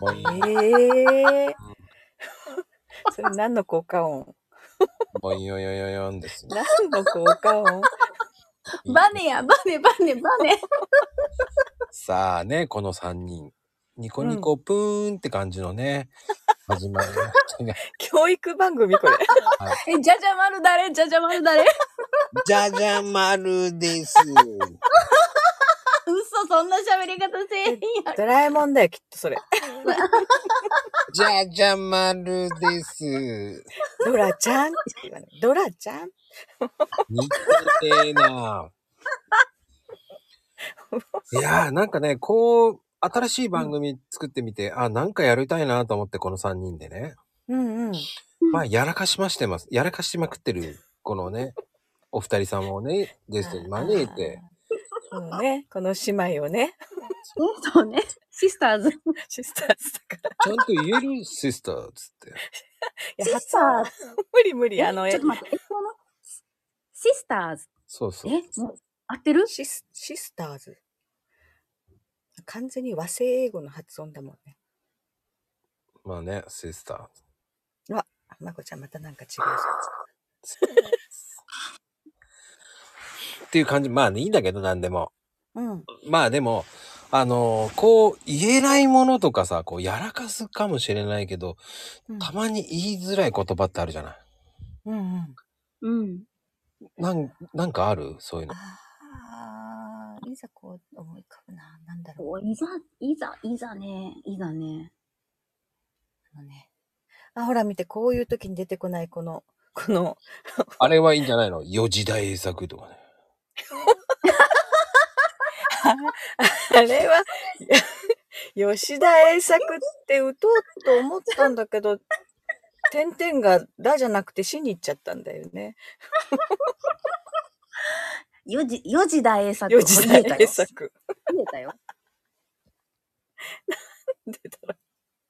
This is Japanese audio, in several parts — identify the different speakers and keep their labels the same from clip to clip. Speaker 1: こいい。
Speaker 2: ええ それ何の効果音
Speaker 1: ボイヨヨヨヨン ですね。
Speaker 2: 何の効果音
Speaker 3: バネや、バネ、バネ、バ ネ。
Speaker 1: さあね、この3人。ニコニコプーンって感じのね、始まりました ね。
Speaker 2: 教育番組 これ。
Speaker 3: え、じゃじゃ丸だれ、じゃじゃ丸 だれ。あ、
Speaker 1: じゃじゃ丸です。
Speaker 3: 嘘、そんな喋り方せえへんや
Speaker 2: ドラえもんだよ、きっとそれ。
Speaker 1: じゃじゃ丸です。
Speaker 2: ドラちゃんって言わないドラちゃん
Speaker 1: 似ててえな。いやー、なんかね、こう、新しい番組作ってみて、あ、なんかやりたいなと思って、この3人でね。
Speaker 2: うんうん。
Speaker 1: まあ、やらかしましてます。やらかしまくってる、このね、お二人様をね、ゲストに招いて。
Speaker 2: そうね。この姉妹をね、
Speaker 3: ん。そうね。シスターズ。
Speaker 2: シスターズだから。
Speaker 1: ちゃんと言えるシスターっつって。
Speaker 2: い
Speaker 3: シ
Speaker 2: や、
Speaker 3: スターズ。
Speaker 2: 無理無理、あの、
Speaker 3: えちょ
Speaker 2: え
Speaker 3: っと待って、え、この、シスターズ。
Speaker 1: そうそう。
Speaker 3: え、もう合ってる
Speaker 2: シス、シスターズ。完全に和製英語の発音だもんね。
Speaker 1: まあね、シスター。
Speaker 2: あまこちゃんまたなんか違うや
Speaker 1: っていう感じ。まあね、いいんだけど、なんでも。
Speaker 2: つ。うん。
Speaker 1: まあでも、あのーこう、言えないものとかさ、こう、やらかすかもしれないけど、
Speaker 2: うん
Speaker 1: たまに言いづらい言葉ってあるじゃない。
Speaker 2: うんうん。
Speaker 3: うん。
Speaker 1: なん、なんかあるそういうの。
Speaker 2: あーいざこう思い浮かぶな。なんだろ
Speaker 3: おいざ、いざ、いざね、いざね。
Speaker 2: う。あのね。あ、ほら見て、こういう時に出てこない、この、この、
Speaker 1: あれはいいんじゃないの四時代英作とかね。
Speaker 2: あれは、いや 吉田栄作って打とうと思ったんだけど、点々が、だじゃなくて死に行っちゃったんだよね。
Speaker 3: 四時、四時大英作。
Speaker 2: 吉田
Speaker 3: 言えた
Speaker 2: 栄
Speaker 3: よ。
Speaker 2: 作。
Speaker 3: 言えたよ。
Speaker 2: 出たら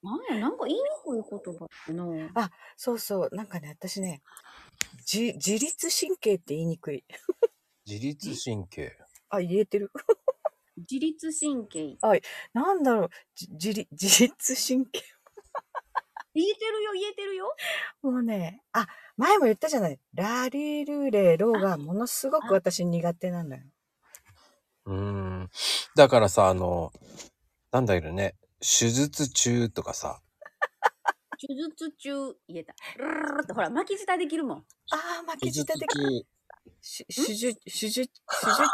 Speaker 3: なんや、なんか言いにくい言葉ってな。
Speaker 2: そうそう、なんかね、私ね、じ自律神経って言いにくい。
Speaker 1: 自律神経。
Speaker 2: あ、言えてる。
Speaker 3: 自律神経。
Speaker 2: なんだろう、じ自律自律神経。
Speaker 3: 言えてるよ、言えてるよ。
Speaker 2: もうね、あ、前も言ったじゃない。ラリルレロがものすごく私苦手なのよ。
Speaker 1: うーん。だからさ、あの、なんだよね。手術中とかさ。
Speaker 3: 手術中、言えた。ルルルルってほら、巻き舌できるもん。
Speaker 2: ああ、負け
Speaker 1: 手
Speaker 2: じ
Speaker 1: 術
Speaker 2: た
Speaker 1: 中
Speaker 2: 的。。し手術、手 術、手術中。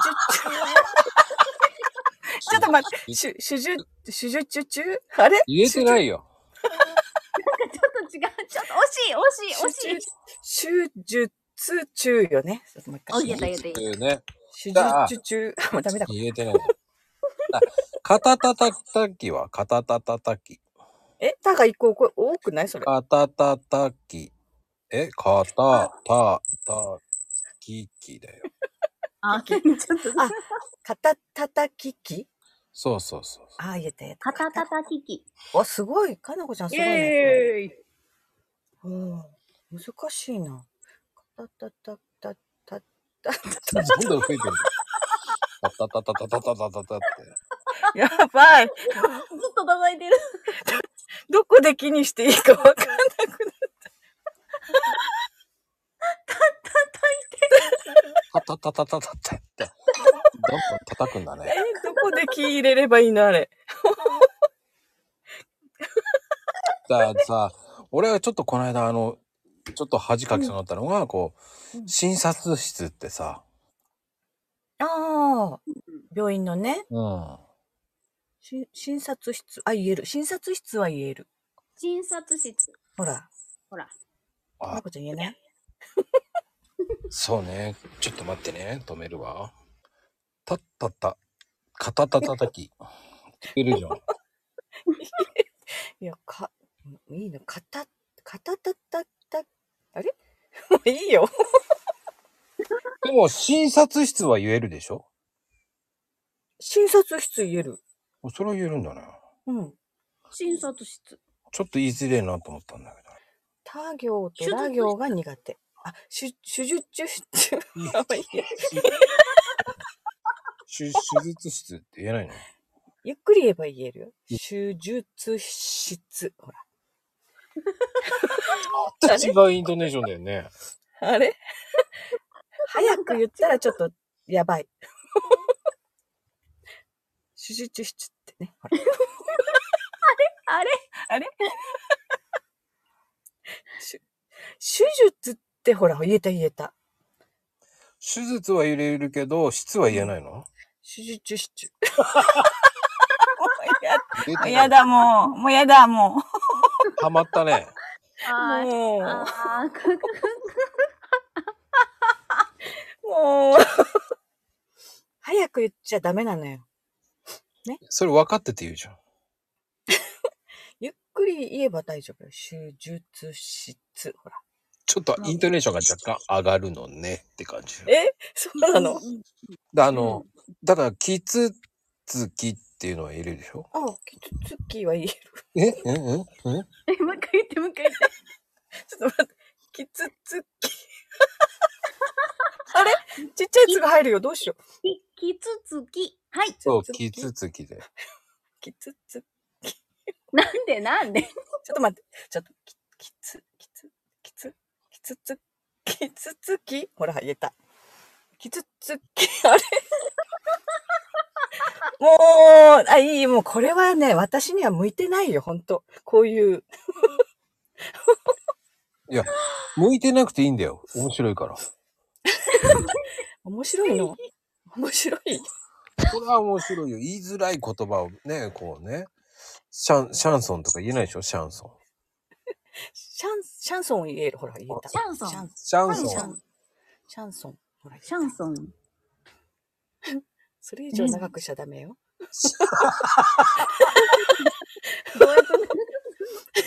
Speaker 2: ちょっと待って、手手術、手術中あれ
Speaker 1: 言えてないいよ。
Speaker 3: ちょっと違う。ちょっと惜しい、惜しい、惜しい。
Speaker 2: 手術中よね。ちょっともう
Speaker 3: あ
Speaker 2: 一
Speaker 3: 言え
Speaker 2: 回。
Speaker 3: た言えた
Speaker 1: 手術中ね。
Speaker 2: 手術中。もうダメだ。
Speaker 1: 言えてない。あ肩たたきは肩たたき。
Speaker 2: え、たが一個これ多くないそれ。
Speaker 1: 肩たたき。え肩たたききだよ。
Speaker 3: あ、ちょっと。
Speaker 2: あ肩たたき機
Speaker 1: そうそうそう。
Speaker 2: ああ、言えた言えた。
Speaker 3: カタタタキキ。
Speaker 2: わ、すごい。かなこちゃんすごいね。
Speaker 3: ええ。
Speaker 2: うん、難しいな。たたたたたた
Speaker 1: どんどん増えてる。たたたたたたたたたって。
Speaker 2: やばい。
Speaker 3: ずっと叩いてる。
Speaker 2: どこで気にしていいかわかんなく な
Speaker 1: たたたたたたたって。どんどん叩くんだね。
Speaker 2: い。どこで気入れればいいのあれ。
Speaker 1: だからさ、俺はちょっとこの間あの、ちょっと恥かきそうになったのが、こ
Speaker 2: うん
Speaker 1: う、診察室ってさ、
Speaker 2: ああ、病院のね、
Speaker 1: うん。
Speaker 2: し診察室、あ、言える。診察室は言える。
Speaker 3: 診察室。
Speaker 2: ほら、
Speaker 3: ほら。
Speaker 2: まこちゃん言えない
Speaker 1: そうね。ちょっと待ってね。止めるわ。たったた。かたたたたき。聞けるじゃん。
Speaker 2: いや、か、いいの。かた、かたたたた、あれ もういいよ。
Speaker 1: でも、診察室は言えるでしょ
Speaker 2: 診察室言える。
Speaker 1: それは言えるんだね。
Speaker 2: うん。
Speaker 3: 診察室。
Speaker 1: ちょっと言いづれえなと思ったんだけ
Speaker 2: 他行と
Speaker 3: 手術
Speaker 2: ラ行が苦手。あ、手、手術中、 あんまり
Speaker 1: ど。手手術室って言えないの
Speaker 2: ゆっくり言えば言えるよ。手術室。ほら。
Speaker 1: 違うイントネーションだよね。
Speaker 2: あれ早く言ったらちょっとやばい。手術室ってね。ほら。
Speaker 3: あれ
Speaker 2: 手術ってほら、言えた言えた。
Speaker 1: 手術は入れるけど、質は言えないの
Speaker 2: 手術室。
Speaker 1: 出
Speaker 4: もう
Speaker 1: て
Speaker 4: や
Speaker 1: ない
Speaker 4: だもう。もうやだもう。
Speaker 1: ハマったね。
Speaker 3: あー
Speaker 2: もう、
Speaker 3: あー、くく
Speaker 2: もう。早く言っちゃダメなのよ。
Speaker 1: それ分かってて言うじゃん。
Speaker 2: ゆっくり言えば大丈夫よ。手術室。ほら。
Speaker 1: ちょっとイントネーションが若干上がるのねって感じ。
Speaker 2: えそう なの
Speaker 1: で、あの、だから、キツツキっていうのは入れるでしょ
Speaker 2: あ、キツツキ は言える。
Speaker 1: ええええ
Speaker 3: え、もう一回言って、もう
Speaker 2: ちょっ
Speaker 3: 一回言って。
Speaker 2: と待って。キツツキ。 あれちっちゃいやつが入るよ。どうしよう。
Speaker 3: きつつき。はい。
Speaker 1: そう、キツツキで。
Speaker 2: キツツ
Speaker 3: なんでなんで
Speaker 2: ちょっと待って。ちょっと、き、きつ、きつ、きつ、きつつ、きつつきほら、言えた。きつつき、あれ もう、あ、いい、もうこれはね、私には向いてないよ、ほんと。こういう。
Speaker 1: いや、向いてなくていいんだよ。面白いから。
Speaker 2: 面白いの。面白い。
Speaker 1: これは面白いよ。言いづらい言葉をね、こうね。シャン、シャンソンとか言えないでしょシャンソン。
Speaker 2: シャン、シャンソンを言える、ほら、言えた。
Speaker 3: シャンソン
Speaker 2: シャン、
Speaker 1: シャン
Speaker 3: シ
Speaker 1: ソ
Speaker 3: ャ
Speaker 1: ン。
Speaker 3: ン
Speaker 2: シャンソン。ほら、
Speaker 3: シャンソン。
Speaker 2: それ以上長くしちゃダメ よ。
Speaker 3: どうやって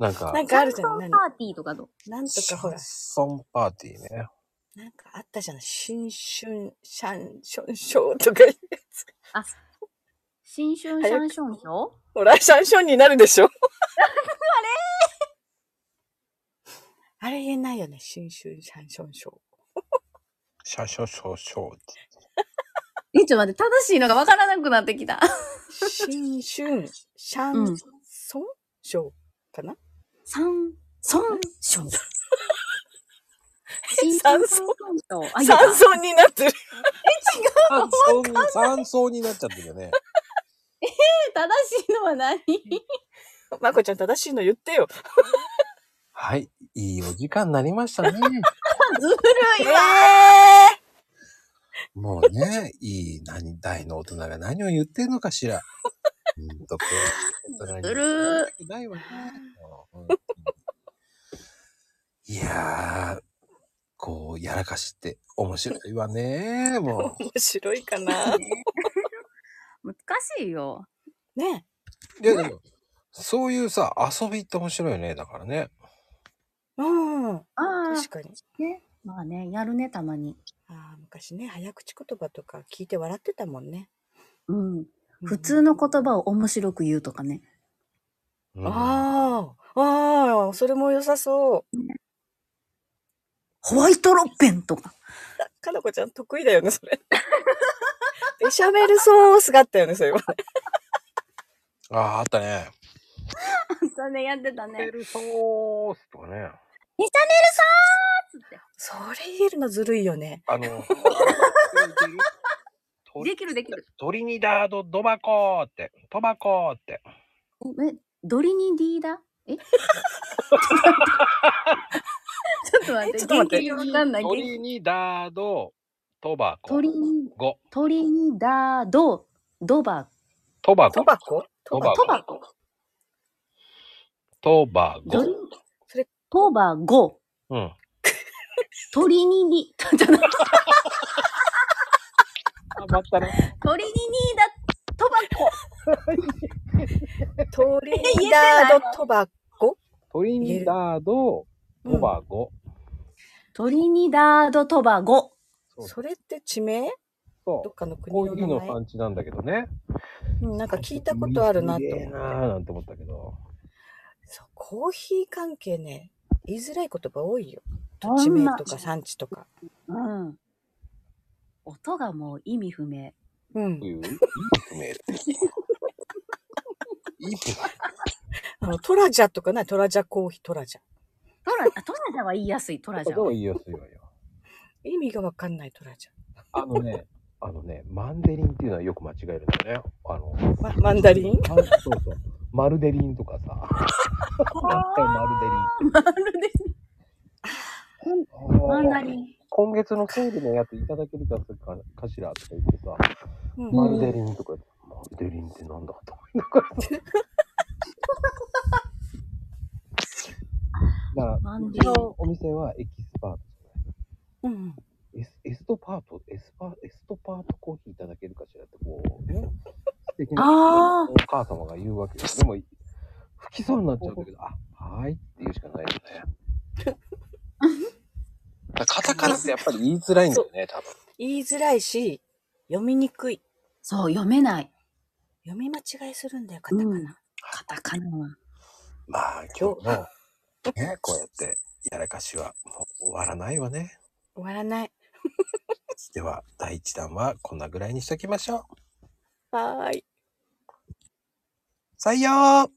Speaker 1: なんか、
Speaker 2: なんかあるじゃん。なん
Speaker 3: パーティーとかどう
Speaker 2: なんと
Speaker 1: シ
Speaker 2: かほ
Speaker 1: ャン
Speaker 2: ら、
Speaker 1: ソンパーティーね。
Speaker 2: なんかあったじゃない。新春、シャン、ション、ショーとか言うやつ。
Speaker 3: 新春シャンションショ
Speaker 2: ほら、シャンションになるでし ょあれあれ言えないよね。新春シャンションショー。
Speaker 1: シャシャシャシャって。
Speaker 3: え、ちょっと待って、正しいのがわからなくなってきた。
Speaker 2: 新春シャ
Speaker 3: う
Speaker 2: ン
Speaker 3: ん
Speaker 2: ソンショーかな、
Speaker 3: サン、ソンション。新
Speaker 2: サン
Speaker 3: 春
Speaker 2: ソ
Speaker 3: シ
Speaker 2: ン
Speaker 3: ャンションション。あ、いや
Speaker 2: 山村になってる。
Speaker 1: 三層に、三層になっちゃってるよね。
Speaker 3: 正しいのは何
Speaker 2: まこちゃん正しいの言ってよ。
Speaker 1: はい。いいお時間になりました ね。
Speaker 3: ずるいわ。
Speaker 1: もうね、いい、何、大の大人が何を言ってんのかしら。うんと、こう、大人に
Speaker 3: ずる
Speaker 1: ないわね。もう本当にいやー、こう、やらかしって面白いわね。も
Speaker 2: 面白いかな。
Speaker 3: 難しいよ。
Speaker 2: ね
Speaker 1: う。いや、でも、そういうさ、遊びって面白いよね。だからね。
Speaker 2: うん。
Speaker 3: あ
Speaker 2: 確かに。
Speaker 3: まあね、やるね、たまに。
Speaker 2: あー昔ね、早口言葉とか聞いて笑ってたもんね。
Speaker 3: うん。
Speaker 2: うん
Speaker 3: 普通の言葉を面白く言うとかね。
Speaker 1: うん
Speaker 2: ああ、ああ、それも良さそう。
Speaker 3: ホワイトロッペンとか。
Speaker 2: かなこちゃん得意だよね、そ れ。ベシャメルソースがあったよね、それは。
Speaker 1: ああ、あったね。
Speaker 3: そうね、やってたね。
Speaker 1: ルソースとかね。
Speaker 2: それ言えるのずるいよね。
Speaker 1: あ の、
Speaker 3: できるできる。
Speaker 1: トリニダード・ドバコーって、トバコーって。
Speaker 3: え、ドリニディーダえ ち
Speaker 2: ちょっと待
Speaker 3: ょっと待って、ちょっと待
Speaker 2: っ
Speaker 3: ってて、元気にわかんない。
Speaker 1: ト
Speaker 3: 元気
Speaker 1: リニダード・トバコ。
Speaker 3: トリニ、
Speaker 1: ゴ。
Speaker 3: トリニダード、ドバ、
Speaker 1: トバ
Speaker 2: ト
Speaker 1: コ。
Speaker 2: バコ
Speaker 1: トバ
Speaker 3: トバ
Speaker 1: コ。トバ
Speaker 3: ドリ
Speaker 1: コ。、
Speaker 2: それ
Speaker 3: トバゴ、
Speaker 1: うん。
Speaker 3: トリニニ、 ちょっと待って
Speaker 1: あ、まったね。
Speaker 3: トリニニーダ、トバコ。
Speaker 2: トリニダードトバコ
Speaker 1: トリニダード・トバゴ。
Speaker 3: トリニダード、トバゴ。
Speaker 2: それって地名ど
Speaker 1: そ
Speaker 2: っかの
Speaker 1: う。
Speaker 2: 国
Speaker 1: コー
Speaker 2: の
Speaker 1: ヒー
Speaker 2: 名
Speaker 1: の
Speaker 2: 前
Speaker 1: 産地なんだけどね。
Speaker 2: うん、なんか聞いたことあるなと
Speaker 1: 綺
Speaker 2: 思
Speaker 1: 麗
Speaker 2: う
Speaker 1: なーなんて思ったけど。
Speaker 2: そう。コーヒー関係ね、言いづらい言葉多いよ。
Speaker 3: ほ
Speaker 2: 地
Speaker 3: ん
Speaker 2: 名
Speaker 3: ま
Speaker 2: とか産地とか。
Speaker 3: うん。音がもう意味不明。
Speaker 2: うん
Speaker 1: と。いう、不明。
Speaker 2: あの、トラジャとかないトラジャコーヒー、トラジャ。
Speaker 3: トラ、あトラジャは言いやすい、トラジ
Speaker 1: で
Speaker 3: ャは
Speaker 1: も。言いやすいわよ。
Speaker 2: 意味がわかんないトラジ
Speaker 1: あのね、あのね、マンデリンっていうのはよく間違えるんだよね。あの、
Speaker 2: ャ。ママンダリン
Speaker 1: マンそうそう。マルデリンとかさ。やったよ、マルデリン。
Speaker 3: まるで、マンダ
Speaker 1: ン。
Speaker 3: リン。
Speaker 1: 今月のセールのやついただけるかかかしらとか言ってさ、
Speaker 2: うん
Speaker 1: マルデリンとか、マルデリンってなんだと思いながら。だ から
Speaker 3: マンデ
Speaker 1: うち
Speaker 3: リン。
Speaker 1: のお店はエキスパートじゃない
Speaker 2: うん。
Speaker 1: エスエストパートエスパエストパートコーヒーいただけるかしらってこうね素敵な
Speaker 3: あ
Speaker 1: お母様が言うわけですでも吹きそうになっちゃうんだけどあはーいって言うしかないよねだからカタカナってやっぱり言いづらいんだよね多分
Speaker 2: 言いづらいし、読みにくい。
Speaker 3: そう、読めない。
Speaker 2: 読み間違いするんだよ、カタカナ。
Speaker 3: うん。カタカナは。
Speaker 1: まあ今日のねこうやってやらかしはもう終わらないわね
Speaker 2: 終わらない。
Speaker 1: では第1弾はこんなぐらいにしときましょう
Speaker 2: はーい。
Speaker 1: 採用